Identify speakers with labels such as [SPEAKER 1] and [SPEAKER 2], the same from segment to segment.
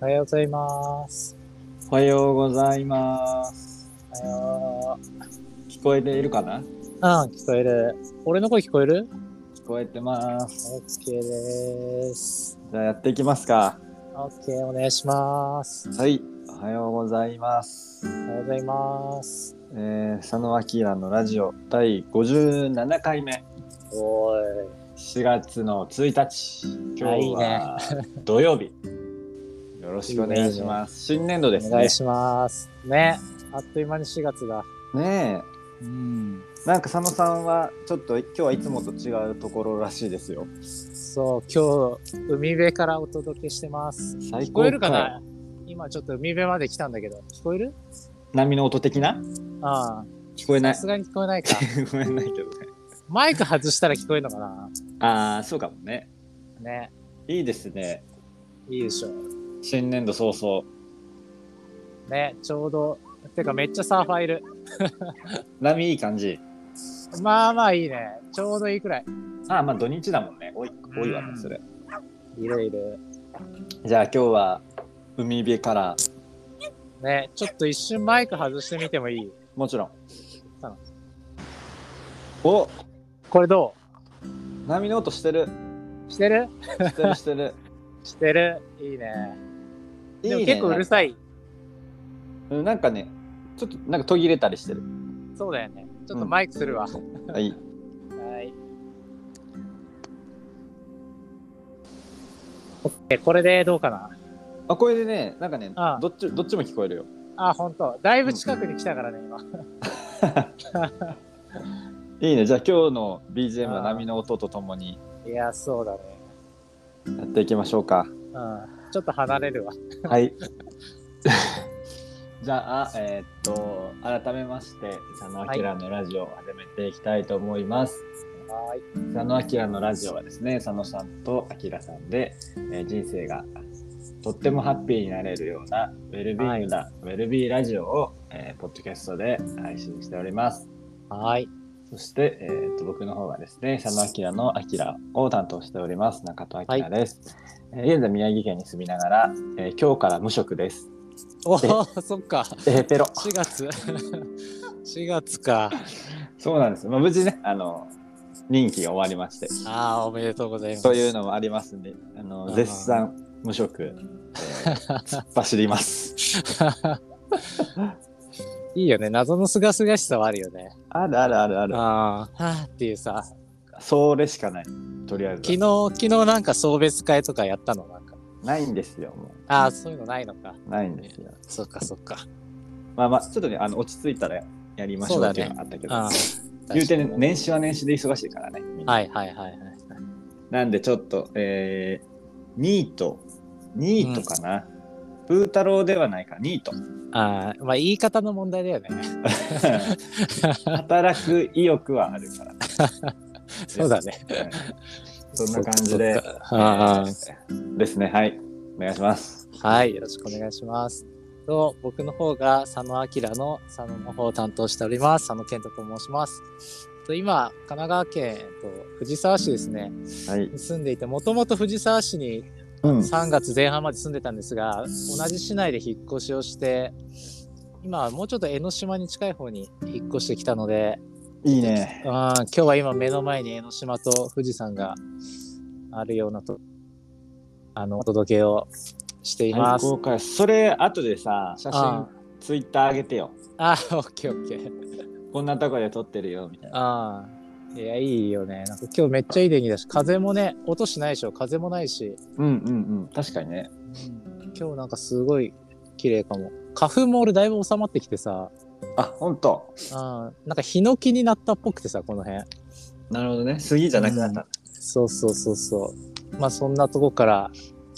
[SPEAKER 1] おはようございます。
[SPEAKER 2] おはようございます。
[SPEAKER 1] おはよ
[SPEAKER 2] 聞こえているかな
[SPEAKER 1] う。うん、聞こえる。俺の声聞こえる
[SPEAKER 2] 聞こえてます。
[SPEAKER 1] ?OK です。
[SPEAKER 2] じゃあやっていきますか。
[SPEAKER 1] OK、お願いします。
[SPEAKER 2] はい。おはようございます。
[SPEAKER 1] おはようございます。
[SPEAKER 2] えー、佐野明のラジオ第57回目。
[SPEAKER 1] おい。
[SPEAKER 2] 4月の1日。今
[SPEAKER 1] あい
[SPEAKER 2] 日
[SPEAKER 1] いね
[SPEAKER 2] は土曜日。 よろしくお願いします。新年度です
[SPEAKER 1] お
[SPEAKER 2] ね
[SPEAKER 1] 願い。します。ね。あっという間に4月だ。
[SPEAKER 2] ね
[SPEAKER 1] うん。
[SPEAKER 2] え。なんか佐野さんはちょっと今日はいつもと違うところらしいですよ。
[SPEAKER 1] そう、今日、海辺からお届けしてます。
[SPEAKER 2] 最
[SPEAKER 1] 聞
[SPEAKER 2] 高
[SPEAKER 1] こえるかな今ちょっと海辺まで来たんだけど。聞こえる
[SPEAKER 2] 波の音的な
[SPEAKER 1] ああ。
[SPEAKER 2] 聞こえな
[SPEAKER 1] さ
[SPEAKER 2] い
[SPEAKER 1] す。がに聞こえない か。
[SPEAKER 2] 聞こえないけどね。
[SPEAKER 1] マイク外したら聞こえるのかな
[SPEAKER 2] ああ、そうかもね。
[SPEAKER 1] ね。
[SPEAKER 2] いいですね。
[SPEAKER 1] いいでしょう。
[SPEAKER 2] 新年度早々。
[SPEAKER 1] ね、ちょうど、てかめっちゃサーファーいる。
[SPEAKER 2] 波いい感じ。
[SPEAKER 1] まあまあいいね。ちょうどいいくらい。
[SPEAKER 2] ああ、まあ土日だもんね。多い、多いわね、それ。
[SPEAKER 1] いるいる。
[SPEAKER 2] じゃあ今日は海辺から、
[SPEAKER 1] ね、ちょっと一瞬マイク外してみてもいい
[SPEAKER 2] もちろん
[SPEAKER 1] 頼む。
[SPEAKER 2] お
[SPEAKER 1] これど
[SPEAKER 2] 波の音してる。
[SPEAKER 1] うしてる
[SPEAKER 2] してるし てる。
[SPEAKER 1] してるいいね。
[SPEAKER 2] いい
[SPEAKER 1] でも
[SPEAKER 2] ね。
[SPEAKER 1] 結構うるさい。
[SPEAKER 2] うんなんかね、ちょっとなんか途切れたりしてる。
[SPEAKER 1] そうだよね。ちょっとマイクするわ。
[SPEAKER 2] はい。
[SPEAKER 1] はい。オッケー、これでどうかな
[SPEAKER 2] あ、これでね、なんかね
[SPEAKER 1] ああ、
[SPEAKER 2] どっち、どっちも聞こえるよ。
[SPEAKER 1] あ、ほんと。だいぶ近くに来たからね、今。
[SPEAKER 2] いいね。じゃあ今日の BGM
[SPEAKER 1] ああ
[SPEAKER 2] は波の音とともに
[SPEAKER 1] いや、そうだね。
[SPEAKER 2] やっていきましょうか。
[SPEAKER 1] うん。ちょっと離れるわ。
[SPEAKER 2] はい。 じゃあ、えーっと、改めまして、佐野明のラジオを始めていきたいと思います。
[SPEAKER 1] はーい。
[SPEAKER 2] 佐野明のラジオはですね、佐野さんと明さんで、えー人生がとってもハッピーになれるようなウェルビーイングな、ウェルビーラジオを、えーポッドキャストで配信しております。
[SPEAKER 1] はーい。
[SPEAKER 2] そして、えー、と僕の方がですね、佐野明の明を担当しております、中戸明です。えー現在、宮城県に住みながら、えー今日から無職です。
[SPEAKER 1] おお、そっか。
[SPEAKER 2] えーペロ。
[SPEAKER 1] 4月。4月か。
[SPEAKER 2] そうなんです。まあ、無事ね、あの、任期が終わりまして、
[SPEAKER 1] ああ、おめでとうございます。
[SPEAKER 2] というのもありますんで、あの
[SPEAKER 1] あー
[SPEAKER 2] 絶賛無 職、えー突っ走ります。
[SPEAKER 1] いいよね。謎のすがすがしさはあるよね。
[SPEAKER 2] あるあるあるある。
[SPEAKER 1] ああ。はあっていうさ、
[SPEAKER 2] それしかない。とりあえず
[SPEAKER 1] 昨
[SPEAKER 2] は。
[SPEAKER 1] 日、昨日なんか送別会とかやったのなんか。
[SPEAKER 2] ないんですよ、も
[SPEAKER 1] ああ、そういうのないのか。
[SPEAKER 2] う。ないんですよ。
[SPEAKER 1] そっかそっか。
[SPEAKER 2] まあまあ、ちょっとね、あの落ち着いたらやりましょ
[SPEAKER 1] そう
[SPEAKER 2] う
[SPEAKER 1] だ
[SPEAKER 2] って
[SPEAKER 1] ね
[SPEAKER 2] いうのがあったけど、
[SPEAKER 1] ああ。
[SPEAKER 2] 言うてね、年始は年始で忙しいからね。みんな
[SPEAKER 1] はいはいはいはい。
[SPEAKER 2] なんでちょっと、えー、ニート、ニートかな。ブー太郎ではないか、ニート。
[SPEAKER 1] ああ、まあ言い方の問題だよね。
[SPEAKER 2] 働く意欲はあるから。
[SPEAKER 1] そうだね。
[SPEAKER 2] はいそんな感じで
[SPEAKER 1] そっか。そっかあ
[SPEAKER 2] ですね。はい。お願いします。
[SPEAKER 1] あ。はい。よろしくお願いします。と、僕の方が佐野明の佐野の方を担当しております。佐野健太と申します。と今、神奈川県、えっと、藤沢市ですね。
[SPEAKER 2] はい。
[SPEAKER 1] に住んでいて、もともと藤沢市に
[SPEAKER 2] うん。
[SPEAKER 1] 3月前半まで住んでたんですが、同じ市内で引っ越しをして、今はもうちょっと江ノ島に近い方に引っ越してきたので、
[SPEAKER 2] いいね
[SPEAKER 1] うん。今日は今目の前に江ノ島と富士山があるようなと、あの、お届けをしています。
[SPEAKER 2] 公開。それ、後でさ、写真
[SPEAKER 1] あ、
[SPEAKER 2] ツイッター上げてよ。
[SPEAKER 1] あ、オッケーオッケー。
[SPEAKER 2] こんなとこで撮ってるよ、みたいな。
[SPEAKER 1] ああ。いや、いいよね。なんか今日めっちゃいい天気だし、風もね、音しないでしょ、風もないし、
[SPEAKER 2] うんうんうん。確かにね。
[SPEAKER 1] 今日なんかすごい綺麗かも。花粉も俺だいぶ収まってきてさ、
[SPEAKER 2] あ、ほんと。
[SPEAKER 1] あーなんかヒノキになったっぽくてさこの辺
[SPEAKER 2] なるほどね。杉じゃなくなった。
[SPEAKER 1] そうそうそうそうまあそんなとこから、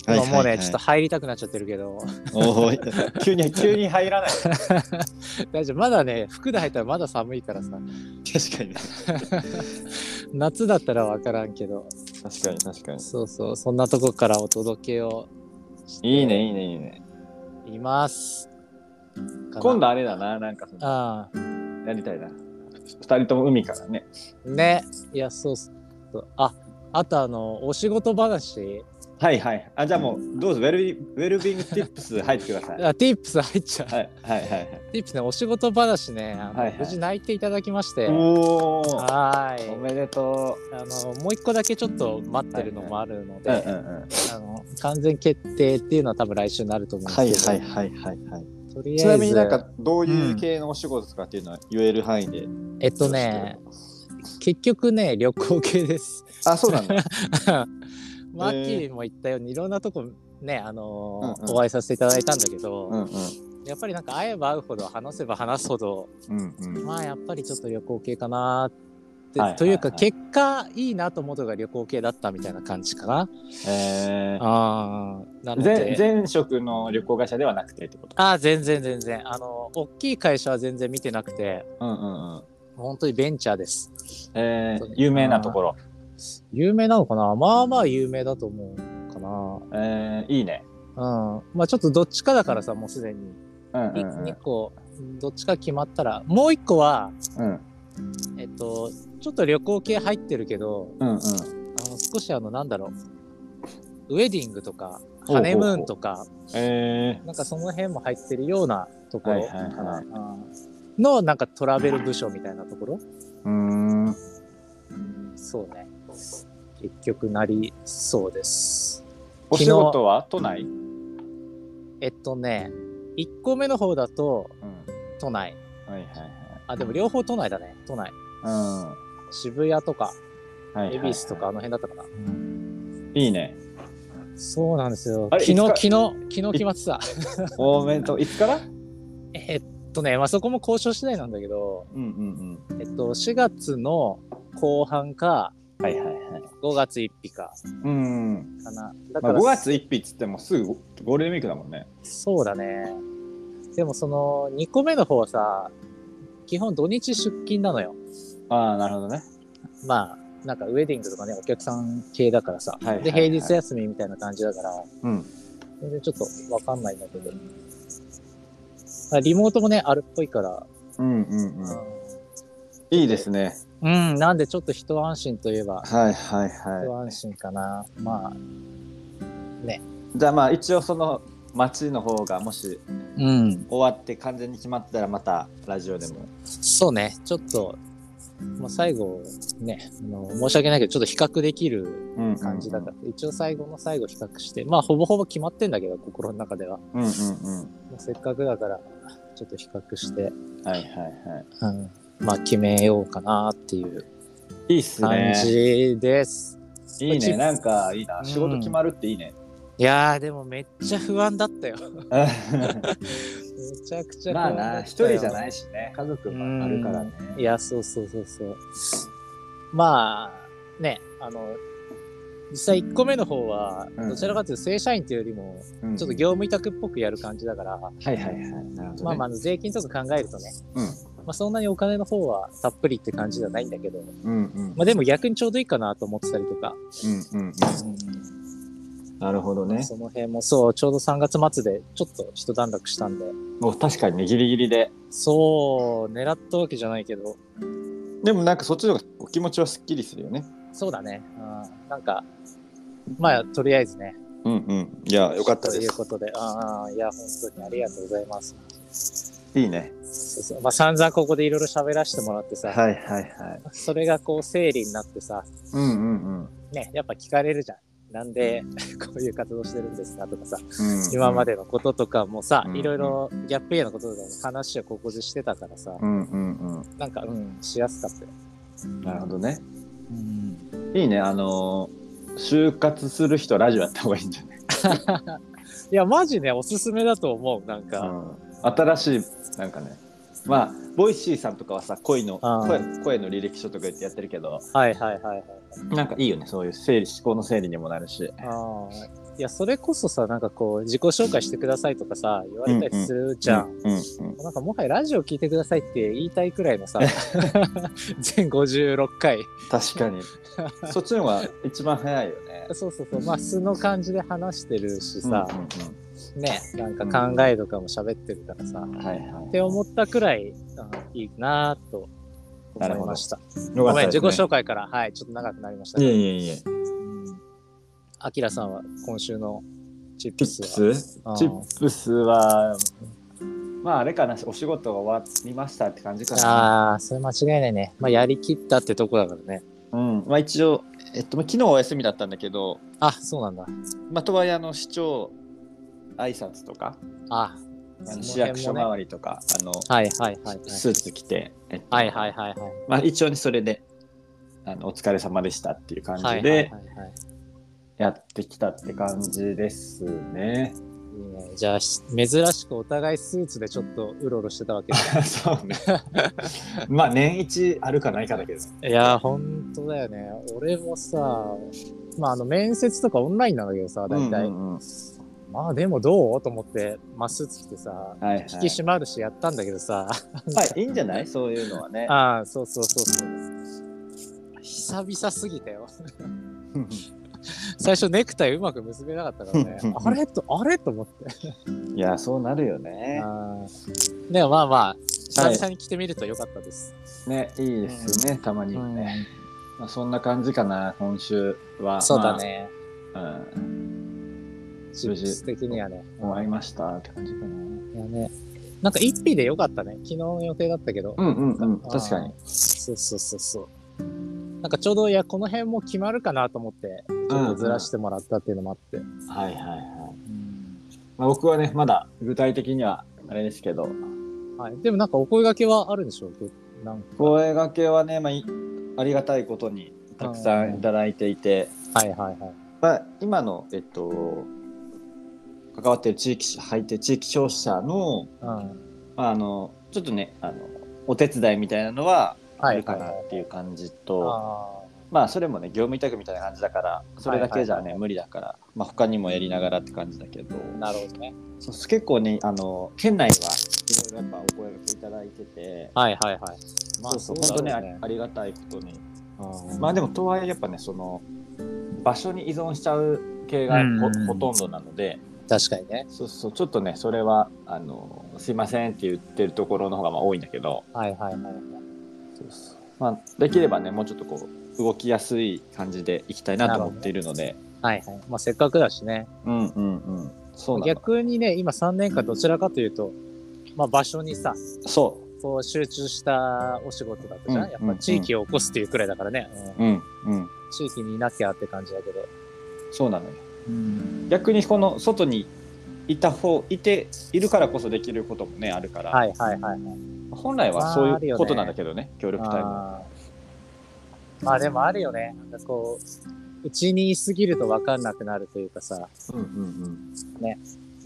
[SPEAKER 2] はい
[SPEAKER 1] 今もうね、
[SPEAKER 2] はいはい
[SPEAKER 1] ちょっと入りたくなっちゃってるけど
[SPEAKER 2] おい。 急に、急に入らない。
[SPEAKER 1] 大丈夫まだね服で入ったらまだ寒いからさ
[SPEAKER 2] 確かにね。
[SPEAKER 1] 夏だったら分からんけど
[SPEAKER 2] 確かに、確かに。
[SPEAKER 1] そうそうそんなとこからお届けを
[SPEAKER 2] いいね、いいね、いいね。
[SPEAKER 1] います
[SPEAKER 2] 今
[SPEAKER 1] 度
[SPEAKER 2] 度あれだな、なんかその、
[SPEAKER 1] ああ
[SPEAKER 2] やりたいな。二人とも海からね。
[SPEAKER 1] ねいやそうそうああとあのお仕事話
[SPEAKER 2] はいはい。あ、じゃあもう、どうぞ、ウェルビウェルビーイングティップス入ってくだ さい。は
[SPEAKER 1] あ、ティップス入っちゃう。
[SPEAKER 2] いはいはいはい。
[SPEAKER 1] ティップスね、お仕事話ね、あの
[SPEAKER 2] はいはい
[SPEAKER 1] 無事泣いていただきまして。
[SPEAKER 2] おー
[SPEAKER 1] は
[SPEAKER 2] お
[SPEAKER 1] ーい。
[SPEAKER 2] めでとう。
[SPEAKER 1] あの、もう一個だけちょっと待ってるのもあるので、
[SPEAKER 2] うんうんうん。
[SPEAKER 1] あの、完全決定っていうのは多分来週になると思うんですけど、
[SPEAKER 2] はいはいはい。
[SPEAKER 1] とりあえず、
[SPEAKER 2] ちなみになんか、どうい
[SPEAKER 1] うん
[SPEAKER 2] う系のお仕事とかっていうのは言える範囲で。え
[SPEAKER 1] えっとね、。結局ね、旅行系です。
[SPEAKER 2] あ、そうなんだ。
[SPEAKER 1] マーキーも言ったように、いろんなとこね、あのー
[SPEAKER 2] うんうん
[SPEAKER 1] お会いさせていただいたんだけど、
[SPEAKER 2] うんうん。
[SPEAKER 1] やっぱりなんか会えば会うほど話せば話すほど、
[SPEAKER 2] うんうん。
[SPEAKER 1] まあやっぱりちょっと旅行系かなって、
[SPEAKER 2] はいはいはい
[SPEAKER 1] というか結果いいなと思うのが旅行系だったみたいな感じかな。
[SPEAKER 2] えー
[SPEAKER 1] あーなので
[SPEAKER 2] 前前職の旅行会社ではなくてってこと
[SPEAKER 1] あー全然全然あの大きい会社は全然見てなくて
[SPEAKER 2] うんうんうん。
[SPEAKER 1] 本当にベンチャーです
[SPEAKER 2] えー、有名なところ。
[SPEAKER 1] 有名なのかなまあまあ有名だと思うかな
[SPEAKER 2] えー、いいね。
[SPEAKER 1] うんまあちょっとどっちかだからさもうすでに
[SPEAKER 2] うんうんうん
[SPEAKER 1] 2個どっちか決まったらもう1個は
[SPEAKER 2] うん
[SPEAKER 1] えっとちょっと旅行系入ってるけど
[SPEAKER 2] うんうん。
[SPEAKER 1] あの少しあのなんだろうウェディングとか
[SPEAKER 2] ほうほうほう
[SPEAKER 1] ハネムーンとか
[SPEAKER 2] え
[SPEAKER 1] なんかその辺も入ってるようなところかな、
[SPEAKER 2] はいはいはい
[SPEAKER 1] うんのなんかトラベル部署みたいなところ
[SPEAKER 2] ー、うーん。
[SPEAKER 1] そうね結局なりそうです
[SPEAKER 2] お仕事は都内、
[SPEAKER 1] えっとね1個目の方だと都内
[SPEAKER 2] はいはいはい。
[SPEAKER 1] あでも両方都内だね都内
[SPEAKER 2] うん。は
[SPEAKER 1] 渋谷とか
[SPEAKER 2] いはいはい
[SPEAKER 1] 恵比寿とかあの辺だったかな、
[SPEAKER 2] いいね。
[SPEAKER 1] そうなんですよ
[SPEAKER 2] あれ
[SPEAKER 1] 昨日
[SPEAKER 2] いつか
[SPEAKER 1] 昨日昨日決まってた
[SPEAKER 2] おめ でとう。いつから
[SPEAKER 1] えっとねまあそこも交渉次第なんだけど
[SPEAKER 2] うんうん
[SPEAKER 1] えっと4月の後半か
[SPEAKER 2] うん。はいはいはい。
[SPEAKER 1] 5月1日か
[SPEAKER 2] うん。
[SPEAKER 1] かなだ
[SPEAKER 2] まあ、5月1日っつってもすぐゴールデンウィークだもんね。
[SPEAKER 1] そうだね。でもその2個目の方はさ、基本土日出勤なのよ。
[SPEAKER 2] ああ、なるほどね。
[SPEAKER 1] まあ、なんかウェディングとかね、お客さん系だからさ。
[SPEAKER 2] はいはいはい
[SPEAKER 1] で、平日休みみたいな感じだから、
[SPEAKER 2] うん。
[SPEAKER 1] 全然ちょっとわかんないんだけど。あリモートもね、あるっぽいから。
[SPEAKER 2] うんうんうん。いいですね。
[SPEAKER 1] うん、なんでちょっと一安心といえば、
[SPEAKER 2] はいはいは
[SPEAKER 1] 一安心かな。まあ、
[SPEAKER 2] い。じゃあまあ一応その町の方がもし
[SPEAKER 1] うん。
[SPEAKER 2] 終わって完全に決まったらまたラジオでも。
[SPEAKER 1] そうね、ちょっと、もう最後、ね、あの申し訳ないけど、ちょっと比較できる
[SPEAKER 2] うん
[SPEAKER 1] 感じだから、一応最後の最後比較してまあほぼほぼ決まってんだけど心の中では、ま
[SPEAKER 2] うんうんうん。
[SPEAKER 1] あ、せっかくだからちょっと比較して、
[SPEAKER 2] はいはいは
[SPEAKER 1] うん、まあ決めようかなっていう
[SPEAKER 2] い。いいっす
[SPEAKER 1] 感
[SPEAKER 2] ね。
[SPEAKER 1] じです、
[SPEAKER 2] いい
[SPEAKER 1] こっち
[SPEAKER 2] ね。なんかいいな。
[SPEAKER 1] ん
[SPEAKER 2] 仕事決まるっていいね。
[SPEAKER 1] いやーでもめっちゃ不安だったよめちゃくちゃ不
[SPEAKER 2] ま
[SPEAKER 1] 安だっ
[SPEAKER 2] あ
[SPEAKER 1] たよ
[SPEAKER 2] な、一人じゃないいしね。家族もあるからね。
[SPEAKER 1] いやそうそうそうそうまあねあの実際1個目の方は
[SPEAKER 2] うん
[SPEAKER 1] どちらかというと正社員というよりも
[SPEAKER 2] うんうん
[SPEAKER 1] ちょっと業務委託っぽくやる感じだから、
[SPEAKER 2] はいはいはい。なるほどね。
[SPEAKER 1] まあまああの税金とか考えるとね
[SPEAKER 2] うん
[SPEAKER 1] まあ、そんなにお金の方はたっぷりって感じじゃないんだけど、
[SPEAKER 2] うんうん
[SPEAKER 1] まあ、でも逆にちょうどいいかなと思ってたりとか、
[SPEAKER 2] うんうんうん。なるほどね。
[SPEAKER 1] その辺もそうちょうど3月末でちょっと一段落したんで
[SPEAKER 2] もう確かにねギリギリで。
[SPEAKER 1] そう狙ったわけじゃないけど
[SPEAKER 2] でもなんかそっちの方がお気持ちはすっきりするよね。
[SPEAKER 1] そうだね、うん、なんかまあとりあえずね
[SPEAKER 2] うんうん。いや、よかった
[SPEAKER 1] と
[SPEAKER 2] で
[SPEAKER 1] いう
[SPEAKER 2] す。
[SPEAKER 1] ことでああいや本当にありがとうございます
[SPEAKER 2] いいね。
[SPEAKER 1] そうそう、まあ、散々ここでいろいろ喋らせてもらってさ、
[SPEAKER 2] はいはいはい。
[SPEAKER 1] それがこう整理になってさ
[SPEAKER 2] うんうんうん。
[SPEAKER 1] ねやっぱ聞かれるじゃんなんでこういう活動してるんですかとかさ
[SPEAKER 2] うん
[SPEAKER 1] 今ま。でのこととかもさ、
[SPEAKER 2] うん
[SPEAKER 1] いろいろギャップへのこととかも話をここでしてたからさ、
[SPEAKER 2] うんうんう
[SPEAKER 1] なんか、うん、しやすかったよ。
[SPEAKER 2] ん。なるほどね。
[SPEAKER 1] うん、
[SPEAKER 2] いいね。あのー、就活する人ラジオやった方がいいんじゃない
[SPEAKER 1] いや、マジね、おすすめだと思う、なんか。
[SPEAKER 2] 新しい、なんかね。まあ、ボイシーさんとかはさ、恋の、
[SPEAKER 1] あ
[SPEAKER 2] 声
[SPEAKER 1] ー
[SPEAKER 2] 声の履歴書とかやってるけど、
[SPEAKER 1] はいはいはいはい。
[SPEAKER 2] なんかいいよね。そういう整理、思考の整理にもなるし。
[SPEAKER 1] あーいや、それこそさ、なんかこう、自己紹介してくださいとかさ、言われたりするじゃん。
[SPEAKER 2] うんうん。
[SPEAKER 1] なんかもはやラジオ聞いてくださいって言いたいくらいの さ、全56回。
[SPEAKER 2] 確かに。 そっちの方が一番早いよ ね。
[SPEAKER 1] そうそうそう、まあ素の感じで話してるしさ、
[SPEAKER 2] うんうん
[SPEAKER 1] ね、なんか考えとかも喋ってるからさ、
[SPEAKER 2] うんはいは
[SPEAKER 1] って思ったくらい、あいいなぁと思
[SPEAKER 2] なる
[SPEAKER 1] い
[SPEAKER 2] ほど
[SPEAKER 1] ました。
[SPEAKER 2] い。
[SPEAKER 1] ごめん、自己
[SPEAKER 2] 紹
[SPEAKER 1] 紹介から、はい、ちょっと長くなりました
[SPEAKER 2] い
[SPEAKER 1] ね。
[SPEAKER 2] えいえいえ。
[SPEAKER 1] うんアキラさんは今週のチッ
[SPEAKER 2] チ
[SPEAKER 1] プス
[SPEAKER 2] ッ
[SPEAKER 1] は
[SPEAKER 2] プス
[SPEAKER 1] あー
[SPEAKER 2] チップスは、まああれかな、お仕事が終わりましたって感じかな。
[SPEAKER 1] ああ、それ間違いないね。まあ、やりきったってとこだからね。
[SPEAKER 2] うん。まあ一応、えっと、昨日お休みだったんだけど、
[SPEAKER 1] あ、そうなんだ。
[SPEAKER 2] まあとはいえあの市長挨拶とか、
[SPEAKER 1] あ、
[SPEAKER 2] あ
[SPEAKER 1] そ
[SPEAKER 2] の
[SPEAKER 1] の辺もね
[SPEAKER 2] 市役所周りとか、あの、
[SPEAKER 1] はいはいはい
[SPEAKER 2] スーツ着て、えっと
[SPEAKER 1] はい。はいはいはいはい。
[SPEAKER 2] まあ一応にそれで、あのお疲れ様でしたっていう感
[SPEAKER 1] はい
[SPEAKER 2] じ
[SPEAKER 1] はいはい
[SPEAKER 2] で
[SPEAKER 1] はい。
[SPEAKER 2] やってきたって感じですね。
[SPEAKER 1] いいね。じゃあ、し珍しくお互いスーツでちょっとうろうろしてた わけだ
[SPEAKER 2] そ うね。まあ年一あるかないかだけど。
[SPEAKER 1] いやー、ほんとだよね。俺もさ、まあ、あの、面接とかオンラインなんだけどさ、大体。
[SPEAKER 2] うんうんうん
[SPEAKER 1] まあ、でもどうと思って、まあ、スーツ着てさ、
[SPEAKER 2] はい、はい。
[SPEAKER 1] 引き締まるしやったんだけど さ、
[SPEAKER 2] はい、いいんじゃないそういうのはね。。
[SPEAKER 1] ああ、そうそうそうそう。久々すぎたよ。最初ネクタイうまく結べなかったからね あれと、あれと思って。
[SPEAKER 2] いや、そうなるよね。
[SPEAKER 1] あーでもまあまあ、久々に来てみると良かったです。
[SPEAKER 2] ね、いいですね、たまにはね。
[SPEAKER 1] う
[SPEAKER 2] まあ、そんな感じかな、今週は。
[SPEAKER 1] んそうだね。
[SPEAKER 2] まあ。うん、
[SPEAKER 1] 実質的にはね。
[SPEAKER 2] 終わりましたって感じかな。
[SPEAKER 1] いやね。なんか一匹で良かったね。昨日の予定だったけど。
[SPEAKER 2] うんうんうん、確か
[SPEAKER 1] あ
[SPEAKER 2] に
[SPEAKER 1] ー。。そうそうそうそう。なんかちょうど、いや、この辺も決まるかなと思って、ちょっとずらしてもらったっていうのもあって。
[SPEAKER 2] はいはいはい。まあ、僕はね、まだ具体的にはあれですけど、
[SPEAKER 1] はい。でもなんかお声掛けはあるんでしょうなんか。
[SPEAKER 2] 声掛けはね、まあい、ありがたいことにたくさんいただいていて、
[SPEAKER 1] はいはいはい。
[SPEAKER 2] まあ、今の、えっと、関わってる地域、入ってる地域消費者の、
[SPEAKER 1] うん。
[SPEAKER 2] まあ、あの、ちょっとね、あの、お手伝いみたいなのは、あ
[SPEAKER 1] はい
[SPEAKER 2] る
[SPEAKER 1] は
[SPEAKER 2] か
[SPEAKER 1] いは。
[SPEAKER 2] ないっていう感じと、
[SPEAKER 1] あ
[SPEAKER 2] まあ、それもね、業務委託みたいな感じだから、それだけじゃね、
[SPEAKER 1] はいはい
[SPEAKER 2] 無理だから、まあ、他にもやりながらって感じだけど、
[SPEAKER 1] あ、なるほどね。
[SPEAKER 2] そうそう結構ね、あの、県内はいろいろやっぱお声掛けいただいてて、
[SPEAKER 1] はいはいはい。ま
[SPEAKER 2] そうそう、本当ね
[SPEAKER 1] だ
[SPEAKER 2] あ
[SPEAKER 1] ろう
[SPEAKER 2] ありがたいことに。
[SPEAKER 1] うん
[SPEAKER 2] まあでも、とはいえやっぱね、その、場所に依存しちゃう系がほ,、
[SPEAKER 1] うん
[SPEAKER 2] ほとんどなので、
[SPEAKER 1] 確かにね。
[SPEAKER 2] そうそう、ちょっとね、それは、あの、すいませんって言ってるところの方がまあ多いんだけど、
[SPEAKER 1] はいはいはいはい。
[SPEAKER 2] そうそうまあ、できればね、もうちょっとこう、動きやすい感じでいきたいなと思っているので、
[SPEAKER 1] はいはい。まあせっかくだしね。
[SPEAKER 2] うんうんうん。そうなの。
[SPEAKER 1] 逆にね、今3年間どちらかというと、まあ場所にさ、
[SPEAKER 2] そ
[SPEAKER 1] こう集中したお仕事だったじゃん、
[SPEAKER 2] うん
[SPEAKER 1] やっぱ地域を起こすっていうくらいだからね、うん
[SPEAKER 2] う。うんうん。
[SPEAKER 1] 地域にいなきゃって感じだけど。
[SPEAKER 2] そうなのよ。
[SPEAKER 1] うん。
[SPEAKER 2] 逆にこの外にいた方、いて、いるからこそできることもね、あるから、
[SPEAKER 1] はいはいはいはい。
[SPEAKER 2] 本来は
[SPEAKER 1] まあ
[SPEAKER 2] そ
[SPEAKER 1] あ
[SPEAKER 2] う
[SPEAKER 1] る
[SPEAKER 2] い
[SPEAKER 1] よ
[SPEAKER 2] う
[SPEAKER 1] ね
[SPEAKER 2] ことなんだけどね、協力隊も。
[SPEAKER 1] あーまあでもあるよね。なんかこう、うちにいすぎるとわかんなくなるというかさ、
[SPEAKER 2] うんうん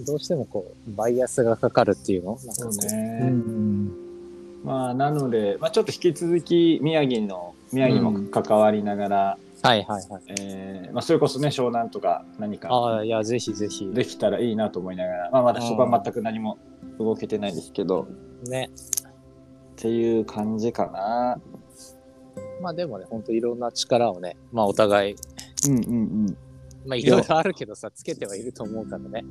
[SPEAKER 1] どうしてもこう、バイアスがかかるっていうのなんか
[SPEAKER 2] う
[SPEAKER 1] こ
[SPEAKER 2] ん。
[SPEAKER 1] う
[SPEAKER 2] そう
[SPEAKER 1] う
[SPEAKER 2] ね。
[SPEAKER 1] ん。
[SPEAKER 2] まあ、なので、まあ、ちょっと引き続き宮城の、宮城も関わりながら、
[SPEAKER 1] はいはいはい。
[SPEAKER 2] えーまあ、それこそね、湘南とか何
[SPEAKER 1] あ
[SPEAKER 2] か
[SPEAKER 1] あ、いや、ぜひぜひ。
[SPEAKER 2] できたらいいなと思いながら、まあ、まだそこは全く何も動けてないですけど、
[SPEAKER 1] ね。
[SPEAKER 2] っていう感じかな。
[SPEAKER 1] まあでもね、ほんといろんな力をね、まあお互い、
[SPEAKER 2] うんうんうん。い
[SPEAKER 1] まあいろいろあるけどさ、つけてはいると思うからね。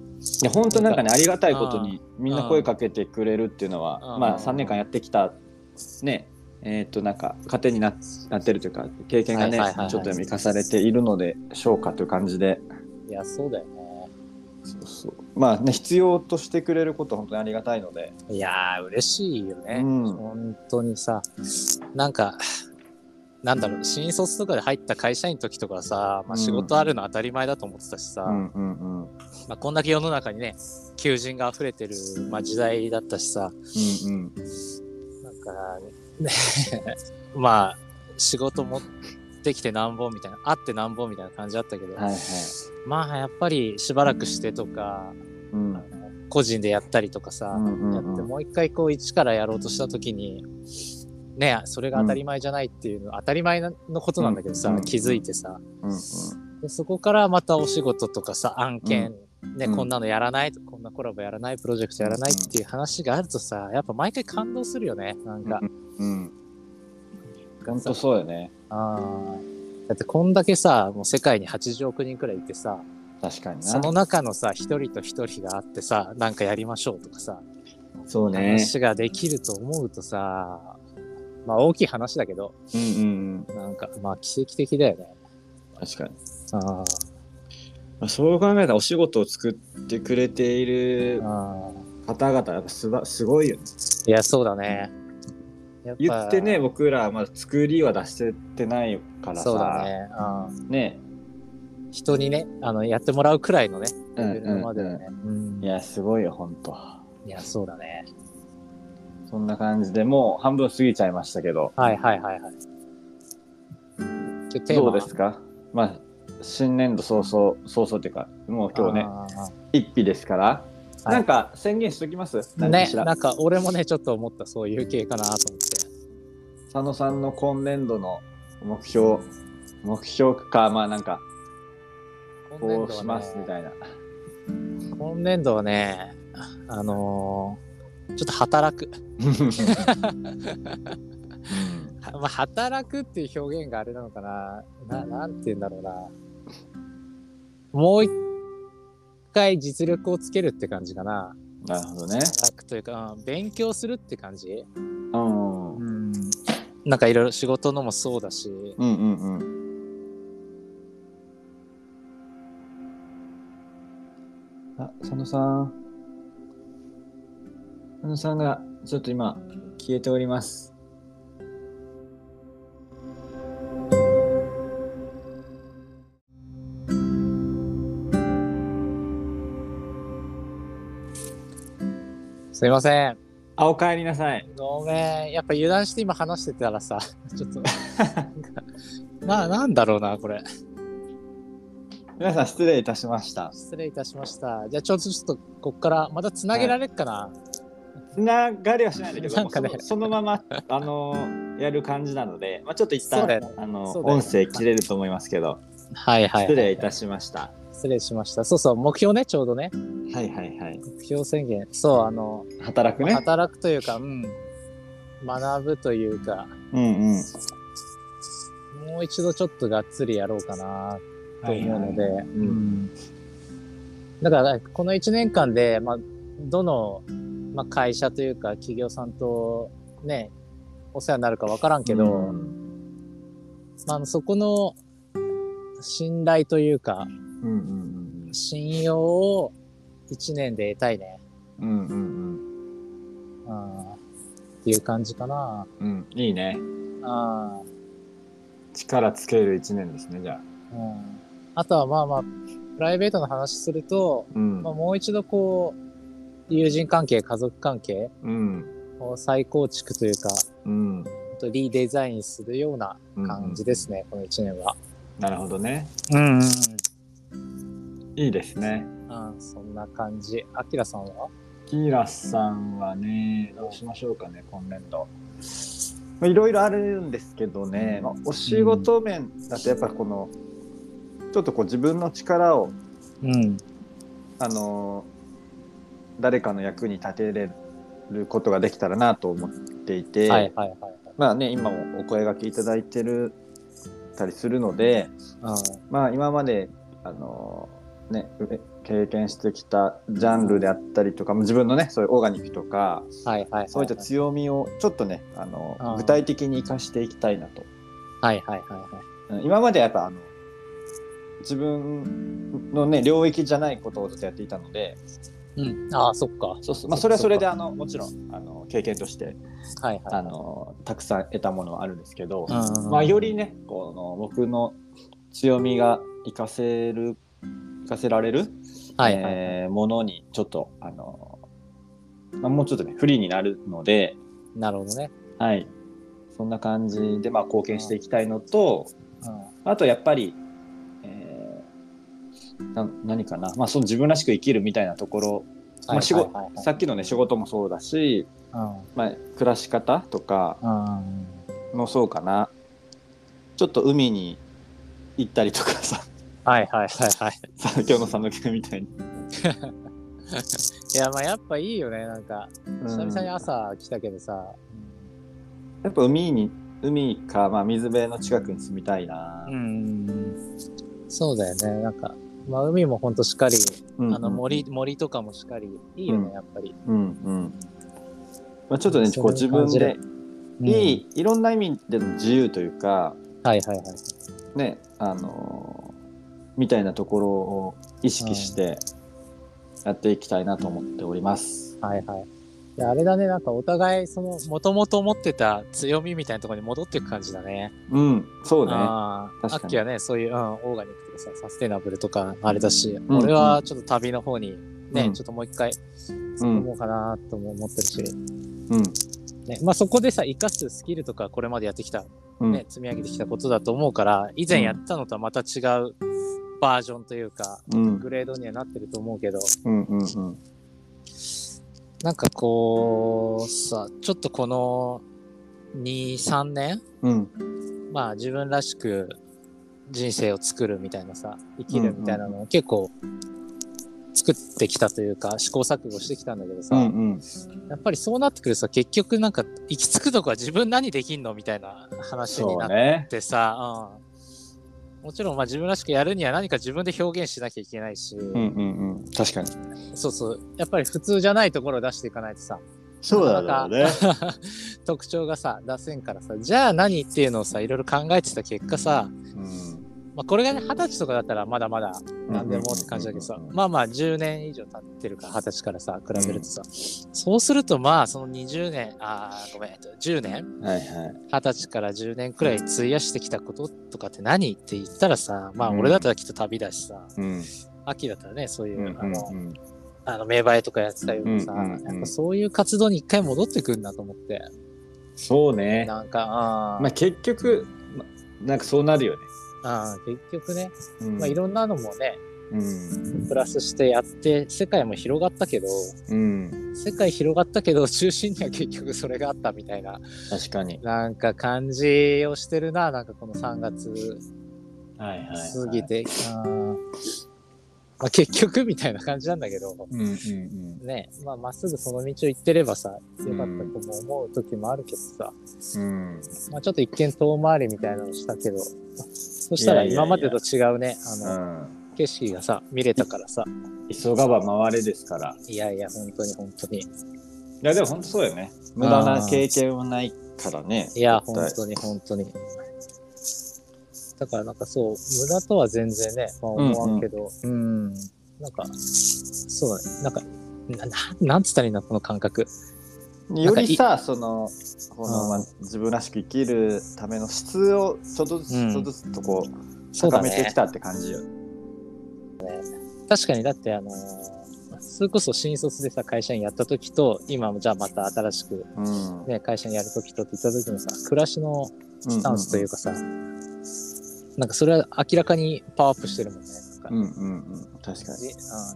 [SPEAKER 2] や本当なんかねありがたいことにみんな声かけてくれるっていうのは
[SPEAKER 1] あー
[SPEAKER 2] まあ3年間やってきたねえーっとなんか糧にななってるというか経験がね、
[SPEAKER 1] はいはいはいはい
[SPEAKER 2] ちょっとでも生かされているのでしょうかという感じで
[SPEAKER 1] いや、そうだよね。
[SPEAKER 2] そうそうまあね必要としてくれることは本当にありがたいので
[SPEAKER 1] いやー、嬉しいよね。
[SPEAKER 2] うん
[SPEAKER 1] 本当にさ、なんか、なんだろう、新卒とかで入った会社員の時とかはさ、まあ仕事あるの当たり前だと思ってたしさ、
[SPEAKER 2] うんうんうんうん
[SPEAKER 1] まあこんだけ世の中にね、求人が溢れてる、まあ時代だったしさ、
[SPEAKER 2] うん
[SPEAKER 1] なんか、ね、 まあ、仕事持ってきてなんぼみたいな、あってなんぼみたいな感じだったけど、
[SPEAKER 2] はいはい
[SPEAKER 1] まあやっぱりしばらくしてとか、
[SPEAKER 2] うんうん
[SPEAKER 1] 個人でやったりとかさ、
[SPEAKER 2] うん
[SPEAKER 1] やってもう一回こう一からやろうとした時に、ね、それが当たり前じゃないっていうの、当たり前のことなんだけどさ、
[SPEAKER 2] うん
[SPEAKER 1] 気づいてさ
[SPEAKER 2] うん
[SPEAKER 1] で、そこからまたお仕事とかさ、案件、ね、
[SPEAKER 2] うん
[SPEAKER 1] こんなのやらないと、こんなコラボやらない、プロジェクトやらないっていう話があるとさ、やっぱ毎回感動するよね、なんか。
[SPEAKER 2] うんうん本当そうよね
[SPEAKER 1] あーだってこんだけさ、もう世界に80億人くらいいてさ、
[SPEAKER 2] 確かに
[SPEAKER 1] そ
[SPEAKER 2] な
[SPEAKER 1] の中のさ、一人と一人があってさ、なんかやりましょうとかさ、
[SPEAKER 2] そうね
[SPEAKER 1] 話ができると思うとさ、まあ大きい話だけど、
[SPEAKER 2] うんうんうん
[SPEAKER 1] なんか、まあ奇跡的だよね。
[SPEAKER 2] 確かに
[SPEAKER 1] ああ。
[SPEAKER 2] まあそう考えたらお仕事を作ってくれている
[SPEAKER 1] あ
[SPEAKER 2] 方々やっぱすばすごいよね。
[SPEAKER 1] ーいや、そうだね。やぱ
[SPEAKER 2] 言ってね、僕らはまだ作りは出してってないからさ。
[SPEAKER 1] そうだね。うん
[SPEAKER 2] ね
[SPEAKER 1] 人にね、あの、やってもらうくらいのね、
[SPEAKER 2] う
[SPEAKER 1] レ
[SPEAKER 2] ん
[SPEAKER 1] ベルまではね。うん
[SPEAKER 2] いや、すごいよ、ほんと。
[SPEAKER 1] いや、そうだね。
[SPEAKER 2] そんな感じでもう半分過ぎちゃいましたけど、
[SPEAKER 1] はいはいはいはい。ちょっとテー
[SPEAKER 2] ど
[SPEAKER 1] マ
[SPEAKER 2] うですかまあ、新年度早々、早々っていうか、もう今日ね、一日ですから、
[SPEAKER 1] はい
[SPEAKER 2] なんか宣言しときます
[SPEAKER 1] ね。
[SPEAKER 2] 何か
[SPEAKER 1] ね
[SPEAKER 2] し、ら
[SPEAKER 1] なんか俺もね、ちょっと思った、そういう系かなと思っ
[SPEAKER 2] 佐野さんの今年度の目標、目標か、まあなんか、
[SPEAKER 1] て。
[SPEAKER 2] こうしますみ
[SPEAKER 1] い
[SPEAKER 2] たいな。
[SPEAKER 1] な。今年度はね、あのーちょっと働く。
[SPEAKER 2] うん
[SPEAKER 1] はまあ、働くっていう表現があれなのかな。な、なんて言うんだろうな。もう一回実力をつけるって感じかな。
[SPEAKER 2] なるほどね。
[SPEAKER 1] 働くというか、うん勉強するって感じ。
[SPEAKER 2] うん。うん
[SPEAKER 1] ん。なんかいろいろ仕事のもそうだし、
[SPEAKER 2] うんうん。あ、佐野さん。佐野さんがちょっと今消えております。
[SPEAKER 1] すいません。
[SPEAKER 2] あ、お帰りなさい。
[SPEAKER 1] ごめん。やっぱ油断して今話してたらさ、ちょっと、な、なんだろうな、これ。
[SPEAKER 2] 皆さん失礼いたしました。
[SPEAKER 1] 失礼いたしました。じゃあ、ちょっと、ちょっと、こっから、またつなげられっかな。
[SPEAKER 2] つながりはしないんだけど、
[SPEAKER 1] なんかね
[SPEAKER 2] そのそのまま、あのやる感じなので、まあ、ちょっと一
[SPEAKER 1] そ
[SPEAKER 2] 旦、
[SPEAKER 1] うだよね
[SPEAKER 2] あの
[SPEAKER 1] そうだよね
[SPEAKER 2] 音声切れると思いますけど、
[SPEAKER 1] はいはい。
[SPEAKER 2] 失礼いたしました。
[SPEAKER 1] 失礼しました。そうそう、目標ね、ちょうどね。
[SPEAKER 2] はいはいはい。
[SPEAKER 1] 目標宣言。そう、あの、
[SPEAKER 2] 働くね。
[SPEAKER 1] 働くというか、うん。学ぶというか、
[SPEAKER 2] うんうん。
[SPEAKER 1] もう一度ちょっとがっつりやろうかな、と思うので。
[SPEAKER 2] うん。
[SPEAKER 1] だから、この1年間で、まあ、どの、まあ、会社というか、企業さんと、ね、お世話になるかわからんけど、
[SPEAKER 2] うん
[SPEAKER 1] まああの、そこの信頼というか、
[SPEAKER 2] うんうん
[SPEAKER 1] 信用を1年で得たいね。
[SPEAKER 2] うん。うんうん
[SPEAKER 1] うん。っていう感じかな。
[SPEAKER 2] うん。うん、いいね。
[SPEAKER 1] あ
[SPEAKER 2] 力つける一年ですね、じゃあ。
[SPEAKER 1] うん。あとはまあまあ、プライベートの話すると、
[SPEAKER 2] うん
[SPEAKER 1] まあ、。もう一度こう、友人関係、家族関係
[SPEAKER 2] うん。
[SPEAKER 1] を再構築というか、
[SPEAKER 2] うん。
[SPEAKER 1] ほんとリデザインするような感じですね、この1年は。
[SPEAKER 2] なるほどね。
[SPEAKER 1] うん、
[SPEAKER 2] いいですね。
[SPEAKER 1] うん。そんな感じ。アキラさんは
[SPEAKER 2] キーラさんはね、どうしましょうかね、今年度。まあいろいろあるんですけどね、まあ、お仕事面だとやっぱこの、ちょっとこう自分の力を、
[SPEAKER 1] うん。
[SPEAKER 2] あのー誰かの役に立てれることができたらなと思っていて、
[SPEAKER 1] はいはいはい
[SPEAKER 2] まあね、今もお声がけいただいてるたりするので、
[SPEAKER 1] はい。
[SPEAKER 2] まあ今まで、あのーね、う経験してきたジャンルであったりとか、自分のね、そういうオーガニックとか、
[SPEAKER 1] うん。はいはいはい、はい。
[SPEAKER 2] そういった強みをちょっとね、あの
[SPEAKER 1] あー
[SPEAKER 2] 具体的に生かしていきたいなと。
[SPEAKER 1] はいはいはいはい。
[SPEAKER 2] うん今までやっぱあの自分のね領域じゃないことをずっとやっていたので、
[SPEAKER 1] うん。ああ、そっか。
[SPEAKER 2] そうそうまあそれはそれであのもちろんあの経験として
[SPEAKER 1] はいはい。
[SPEAKER 2] あのたくさん得たものはあるんですけど、
[SPEAKER 1] うん
[SPEAKER 2] まあよりねこの僕の強みが活かせる活かせられる、
[SPEAKER 1] はいはい。
[SPEAKER 2] えーものにちょっとあの、まあ、もうちょっとねフリーになるので、
[SPEAKER 1] なるほどね。
[SPEAKER 2] はい。そんな感じで、まあ、貢献していきたいのと、
[SPEAKER 1] うん。
[SPEAKER 2] あとやっぱり、えーな何かな、まあ、その自分らしく生きるみたいなところ、まあ、仕事
[SPEAKER 1] はいはいはい
[SPEAKER 2] さっきのね、仕事もそうだし、
[SPEAKER 1] はい
[SPEAKER 2] まあ、暮らし方とか
[SPEAKER 1] うん。うん。
[SPEAKER 2] もそうかな。ちょっと海に行ったりとかさ、
[SPEAKER 1] はいはいはいはい。
[SPEAKER 2] さ今日の佐野君みたいに。
[SPEAKER 1] いや、まあやっぱいいよね。なんか、久々に
[SPEAKER 2] や
[SPEAKER 1] 朝来たけどさ。
[SPEAKER 2] っぱ海に、海か、まあ、水辺の近くに住みたいな。
[SPEAKER 1] うん。そうだよね。なんか、まあ海もほんとしっかり、
[SPEAKER 2] うん
[SPEAKER 1] あの森、森とかもしっかり、いいよ
[SPEAKER 2] う
[SPEAKER 1] ね、
[SPEAKER 2] ん
[SPEAKER 1] やっぱり。
[SPEAKER 2] うんうん。まあ、ちょっとね、こう自分でいい、いろんな意味での自由というか、
[SPEAKER 1] うん。はいはいはい。
[SPEAKER 2] ね、あのーみたいなところを意識してやっていきたいなと思っております。
[SPEAKER 1] はいはい。いやあれだね、なんかお互い、その、もともと持ってた強みみたいなところに戻っていく感じだね。
[SPEAKER 2] うん、そうね。
[SPEAKER 1] ああ、さ
[SPEAKER 2] 確か
[SPEAKER 1] っ
[SPEAKER 2] に
[SPEAKER 1] きはね、そういう、うん、オーガニックとかさ、サステナブルとか、あれだし、
[SPEAKER 2] ん
[SPEAKER 1] 俺はちょっと旅の方に、ね、
[SPEAKER 2] うん
[SPEAKER 1] ちょっともう一回、突っ込もうかなとも思ってるし、
[SPEAKER 2] うん、
[SPEAKER 1] ね、まあそこでさ、活かすスキルとか、これまでやってきた、
[SPEAKER 2] うん、
[SPEAKER 1] ね、積み上げてきたことだと思うから、以前やったのとはまた違うバージョンというか、
[SPEAKER 2] うん、
[SPEAKER 1] グレードにはなってると思うけど、
[SPEAKER 2] うん、うん、うん。
[SPEAKER 1] なんかこう、さ、ちょっとこの2、3年、
[SPEAKER 2] うん、
[SPEAKER 1] まあ自分らしく人生を作るみたいなさ、生きるみたいなのを結構作ってきたというか、試行錯誤してきたんだけどさ、
[SPEAKER 2] うん、うん。
[SPEAKER 1] やっぱりそうなってくるとさ、結局なんか行き着くとこは自分何できんのみたいな話に
[SPEAKER 2] そ
[SPEAKER 1] な
[SPEAKER 2] う
[SPEAKER 1] っ
[SPEAKER 2] ね。
[SPEAKER 1] てさ、うんもちろんまあ自分らしくやるには何か自分で表現しなきゃいけないし、
[SPEAKER 2] うん、うん、うん。確かに。
[SPEAKER 1] そうそう、やっぱり普通じゃないところを出していかないとさ、
[SPEAKER 2] そう
[SPEAKER 1] だろう
[SPEAKER 2] ね。
[SPEAKER 1] 特徴がさ出せんからさじゃあ何っていうのをさいろいろ考えてた結果さ、まあ、これがね二十歳とかだったらまだまだ何でもって感じだけどさ
[SPEAKER 2] うんうんうんうん
[SPEAKER 1] まあまあ10年以上経ってるから二十歳からさ比べるとさ、そうするとまあその20年あーごめんえっと10年
[SPEAKER 2] はい、はい。
[SPEAKER 1] 二十歳から10年くらい費やしてきたこととかって何って言ったらさまあ
[SPEAKER 2] うん
[SPEAKER 1] 俺だったらきっと旅だしさ、
[SPEAKER 2] うん、
[SPEAKER 1] 秋だったらねそういうう、
[SPEAKER 2] ん、
[SPEAKER 1] あ
[SPEAKER 2] うん、
[SPEAKER 1] の
[SPEAKER 2] うん。
[SPEAKER 1] あの名映えとかやってたようにさ、
[SPEAKER 2] うんうんうん
[SPEAKER 1] やっぱそういう活動に一回戻ってくんだと思って
[SPEAKER 2] そうね。
[SPEAKER 1] なんかあー
[SPEAKER 2] まあ、結局、まなんかそうなるよね。
[SPEAKER 1] あー結局ね
[SPEAKER 2] うん
[SPEAKER 1] まあ、いろんなのもね
[SPEAKER 2] うん、
[SPEAKER 1] プラスしてやって世界も広がったけど
[SPEAKER 2] うん、
[SPEAKER 1] 世界広がったけど中心には結局それがあったみたいな
[SPEAKER 2] 確かに。
[SPEAKER 1] なんか感じをしてるななんかこの3月
[SPEAKER 2] はい、はい。
[SPEAKER 1] 過ぎ。て、あーまあ、結局みたいな感じなんだけど
[SPEAKER 2] うん、うん、
[SPEAKER 1] ねまあ、まっすぐその道を行ってればさよかったとも思う時もあるけどさ、
[SPEAKER 2] うん。うん。
[SPEAKER 1] まあ、ちょっと一見遠回りみたいなのしたけどそしたら
[SPEAKER 2] いやいやいや
[SPEAKER 1] 今までと違うねあの
[SPEAKER 2] う
[SPEAKER 1] 景色がさ見れたからさ
[SPEAKER 2] ん。急がば回れですから。
[SPEAKER 1] いやいや本当に本当に。
[SPEAKER 2] いやでも本当そうよね。無駄な経験はないからね。
[SPEAKER 1] いや、
[SPEAKER 2] 絶対
[SPEAKER 1] 本当に本当に。だからなんかそう、無駄とは全然ね、まあ、思わんけど、うん、なんか、そうだね、なんか、なななんつったらいいんだ、この感覚。
[SPEAKER 2] よりさ、その、このまあ自分らしく生きるための質をちょっとずつ、
[SPEAKER 1] うん
[SPEAKER 2] ちょっとずつとこう、
[SPEAKER 1] そう
[SPEAKER 2] 高
[SPEAKER 1] だ
[SPEAKER 2] めてき
[SPEAKER 1] ね。
[SPEAKER 2] たって感じよ。
[SPEAKER 1] 確かに、だってあのーそれこそ新卒でさ、会社員やった時と、今もじゃあまた新しく
[SPEAKER 2] うん。
[SPEAKER 1] ね、会社員やる時とって言った時のさ、暮らしのスタンスというかさ、なんかそれは明らかにパワーアップしてるもんね。なんか
[SPEAKER 2] うんうんうん。確か
[SPEAKER 1] じうん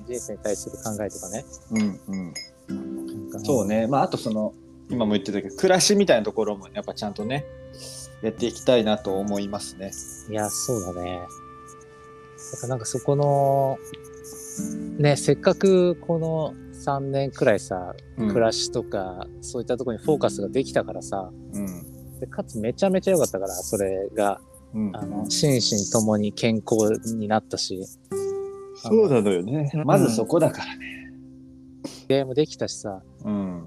[SPEAKER 1] 人生に対する考えとかね。
[SPEAKER 2] に。うんうん。
[SPEAKER 1] なんか
[SPEAKER 2] そうね。まああとその、今も言ってたけど、暮らしみたいなところもやっぱちゃんとね、やっていきたいなと思いますね。
[SPEAKER 1] いや、そうだね。だからなんかそこの、ね、せっかくこの3年くらいさ、暮らしとか、そういったところにフォーカスができたからさ、
[SPEAKER 2] うん。
[SPEAKER 1] でかつめちゃめちゃ良かったから、それが、
[SPEAKER 2] うん。
[SPEAKER 1] あの、心身ともに健康になったし、
[SPEAKER 2] そうなのよね
[SPEAKER 1] うん。
[SPEAKER 2] まずそこだからね。
[SPEAKER 1] ゲームできたしさ、
[SPEAKER 2] うん。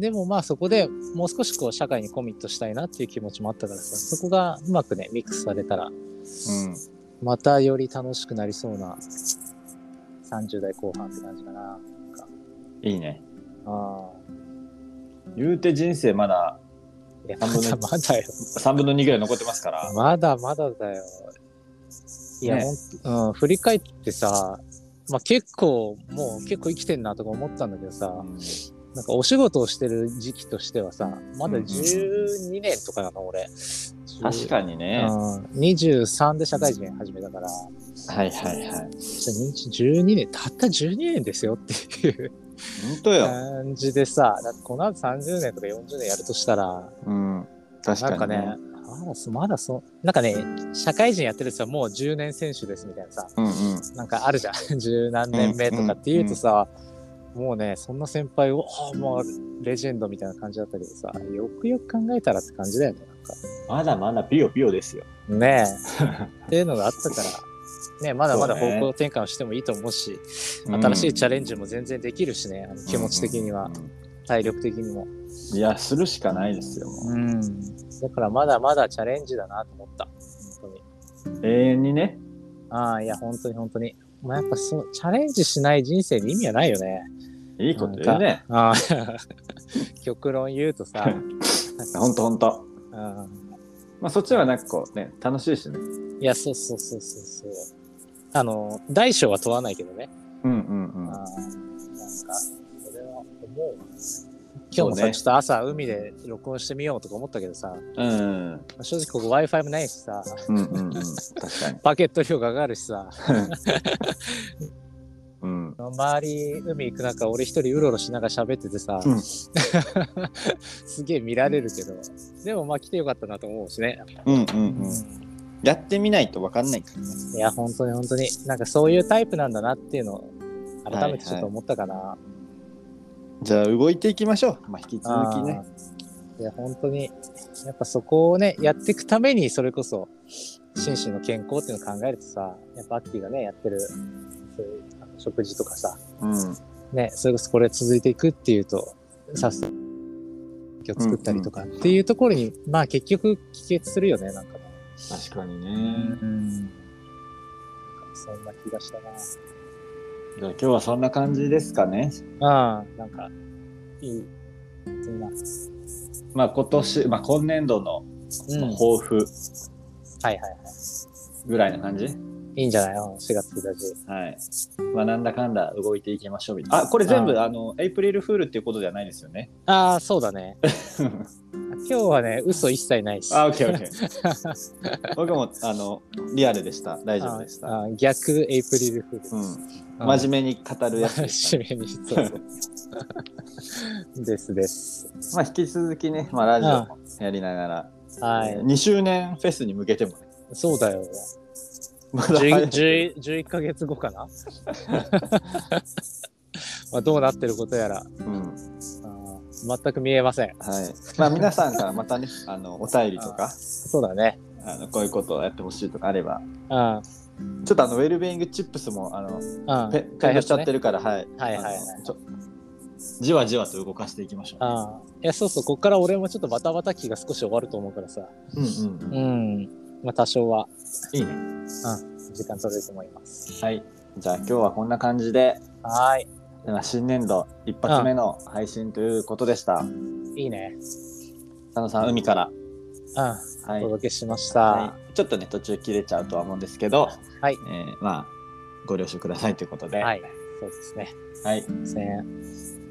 [SPEAKER 1] でもまあそこでもう少しこう社会にコミットしたいなっていう気持ちもあったからさ、そこがうまくね、ミックスされたら、
[SPEAKER 2] うん。
[SPEAKER 1] またより楽しくなりそうな30代後半って感じかな。
[SPEAKER 2] いいね。
[SPEAKER 1] ああ。
[SPEAKER 2] 言うて人生まだ
[SPEAKER 1] いや、ま
[SPEAKER 2] 半分
[SPEAKER 1] だ
[SPEAKER 2] の
[SPEAKER 1] まだよ。
[SPEAKER 2] 3分の2ぐらい残ってますから。
[SPEAKER 1] まだまだだよ。いや、
[SPEAKER 2] ね
[SPEAKER 1] ほんうん、振り返ってさ、まあ、結構、もう結構生きてんなとか思ったんだけどさ、なんかお仕事をしてる時期としてはさ、まだ
[SPEAKER 2] うんうん
[SPEAKER 1] 12年とかなの、俺。
[SPEAKER 2] 確かに
[SPEAKER 1] に
[SPEAKER 2] ね。は
[SPEAKER 1] うん、23で社会人始めたから、
[SPEAKER 2] いはいはい。
[SPEAKER 1] ちょ12年、たった12年ですよっていう
[SPEAKER 2] 本当よ。
[SPEAKER 1] 感じでさ、だってこの後30年とか40年やるとしたら、
[SPEAKER 2] うん。確
[SPEAKER 1] なん
[SPEAKER 2] か
[SPEAKER 1] か
[SPEAKER 2] にね
[SPEAKER 1] ね。、まだそ、まだそ、なんかね、社会人やってる人はもう10年選手ですみたいなさ、
[SPEAKER 2] うんうん。
[SPEAKER 1] なんかあるじゃん。十何年目とかって言うとさ、もうね、そんな先輩を、ああもうレジェンドみたいな感じだったけどさ、よくよく考えたらって感じだよね、
[SPEAKER 2] まだまだピヨピヨですよ。
[SPEAKER 1] なんか。ねえ。っていうのがあったから、ね、まだまだ
[SPEAKER 2] そ
[SPEAKER 1] 方
[SPEAKER 2] うね
[SPEAKER 1] 向転換をしてもいいと思うし、
[SPEAKER 2] うん
[SPEAKER 1] 新しいチャレンジも全然できるしね、あの気持ち的には、。
[SPEAKER 2] うん
[SPEAKER 1] 体力的にも。
[SPEAKER 2] いや、するしかないですよ。も
[SPEAKER 1] うん。だからまだまだチャレンジだなと思った。本当に。
[SPEAKER 2] う永遠にね。
[SPEAKER 1] ああ、いや、本当に本当に。まあ、やっぱそう、チャレンジしない人生に意味はないよね。
[SPEAKER 2] いいこと言うね。
[SPEAKER 1] あー 極論言うとさ、
[SPEAKER 2] ほんとほんと。
[SPEAKER 1] うん、
[SPEAKER 2] まあそっちはなんかこうね、楽しいしね。
[SPEAKER 1] いや、そうそうそうそうそう。あの、大小は問わないけどね。
[SPEAKER 2] うんうんうん。
[SPEAKER 1] あーな
[SPEAKER 2] あ
[SPEAKER 1] んか、それは思うわ。今日もさ、ちょっと朝海で録音してみようとか思ったけどさ、
[SPEAKER 2] うんうん
[SPEAKER 1] 正直ここ Wi-Fi もないしさ、
[SPEAKER 2] うんうん。確かに。
[SPEAKER 1] パケット量が上がるしさ、
[SPEAKER 2] うん。
[SPEAKER 1] 周り海行く中、俺一人うろうろしながら喋っててさ、
[SPEAKER 2] う ん
[SPEAKER 1] すげえ見られるけど、でもまあ来てよかったなと思うしね。
[SPEAKER 2] うんうんうん。やってみないとわかんないからね。
[SPEAKER 1] いや、本当に本当に、なんかそういうタイプなんだなっていうのを、改めてちょっと思ったかな。
[SPEAKER 2] じゃあ動いていきましょう。まあ引き続きね。
[SPEAKER 1] あー。いや、本当に、やっぱそこをね、やっていくために、それこそ、心身の健康っていうのを考えるとさ、やっぱアッキーがね、やってる、そういうあの食事とかさ、
[SPEAKER 2] うん。
[SPEAKER 1] ね、それこそこれ続いていくっていうと、さすを作ったりとかっていうところに、まあ結局帰結するよね、なんかね。
[SPEAKER 2] 確かに
[SPEAKER 1] う
[SPEAKER 2] ね。
[SPEAKER 1] ん。そんな気がしたな
[SPEAKER 2] じゃあ今日はそんな感じですかね。。
[SPEAKER 1] ああ、なんか、いい。そんな。う
[SPEAKER 2] まあ今年、まあ今年度の
[SPEAKER 1] ん。はい
[SPEAKER 2] 抱負
[SPEAKER 1] はいはい。
[SPEAKER 2] ぐらいな感じ、
[SPEAKER 1] いいんじゃないの ?4 月1日。
[SPEAKER 2] はい。まあなんだかんだ動いていきましょうみたいな。あ、これ全部あの、エイプリルフールっていうことじゃないですよね。
[SPEAKER 1] ああ、そうだ ね。今日はね、嘘一切ないし。
[SPEAKER 2] あ、オッケーオッケー。 僕もあのリアルでした。大丈夫でした。
[SPEAKER 1] あー逆エイプリルフール。
[SPEAKER 2] うん。
[SPEAKER 1] あー
[SPEAKER 2] 真面目に語るやつでした
[SPEAKER 1] 真面目に。そうそう。 ですです。
[SPEAKER 2] まあ引き続きね、まあラジオもやりながら、
[SPEAKER 1] はい。
[SPEAKER 2] 2周年フェスに向けても、ね、
[SPEAKER 1] そうだ よ。
[SPEAKER 2] まだ早い
[SPEAKER 1] 10 10 11ヶ月後かな まあどうなってることやら、あ
[SPEAKER 2] うん。
[SPEAKER 1] ー全く見えません。
[SPEAKER 2] はい。まあ皆さんからまたね、あのお便りと か、
[SPEAKER 1] そうだね。
[SPEAKER 2] あのこういうことをやってほしいとかあれば、
[SPEAKER 1] うん。
[SPEAKER 2] ちょっとあのウェルビーイングチップスもあの
[SPEAKER 1] うん。
[SPEAKER 2] ペペンドしちゃってるから、はい。
[SPEAKER 1] はいはいはい
[SPEAKER 2] あのちょじわじわと動かしていきましょう。
[SPEAKER 1] あいやそうそう、こっから俺もちょっとバタバタ期が少し終わると思うからさ。
[SPEAKER 2] うんうんうん。
[SPEAKER 1] ん。まあ多少は、
[SPEAKER 2] いいね。
[SPEAKER 1] うん、時間取れると思います。
[SPEAKER 2] はい。じゃあ今日はこんな感じで、
[SPEAKER 1] はー
[SPEAKER 2] まあ新年度一発目の配信ということでした。
[SPEAKER 1] い。いいね。
[SPEAKER 2] 佐野さん、海から。
[SPEAKER 1] うん。
[SPEAKER 2] は
[SPEAKER 1] お
[SPEAKER 2] い。
[SPEAKER 1] 届けしました。
[SPEAKER 2] はいちょっとね、途中切れちゃうとは思うんですけど、
[SPEAKER 1] はい。
[SPEAKER 2] えーまあ、ご了承くださいということで。
[SPEAKER 1] はい。そうですね。
[SPEAKER 2] はい。
[SPEAKER 1] せん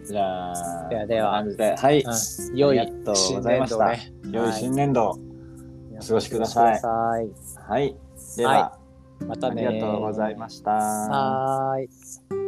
[SPEAKER 2] じゃあ、
[SPEAKER 1] ではでは
[SPEAKER 2] こんな感じではい。
[SPEAKER 1] うん、良い
[SPEAKER 2] ありがとうご
[SPEAKER 1] 新
[SPEAKER 2] ざい
[SPEAKER 1] 年
[SPEAKER 2] まし
[SPEAKER 1] 度
[SPEAKER 2] た
[SPEAKER 1] をね。
[SPEAKER 2] 良い新年度を。
[SPEAKER 1] はい
[SPEAKER 2] お過ごしください
[SPEAKER 1] お過ごしくださ
[SPEAKER 2] はい。では、
[SPEAKER 1] はまた
[SPEAKER 2] あ
[SPEAKER 1] ね。
[SPEAKER 2] りがとうございました。
[SPEAKER 1] はーい。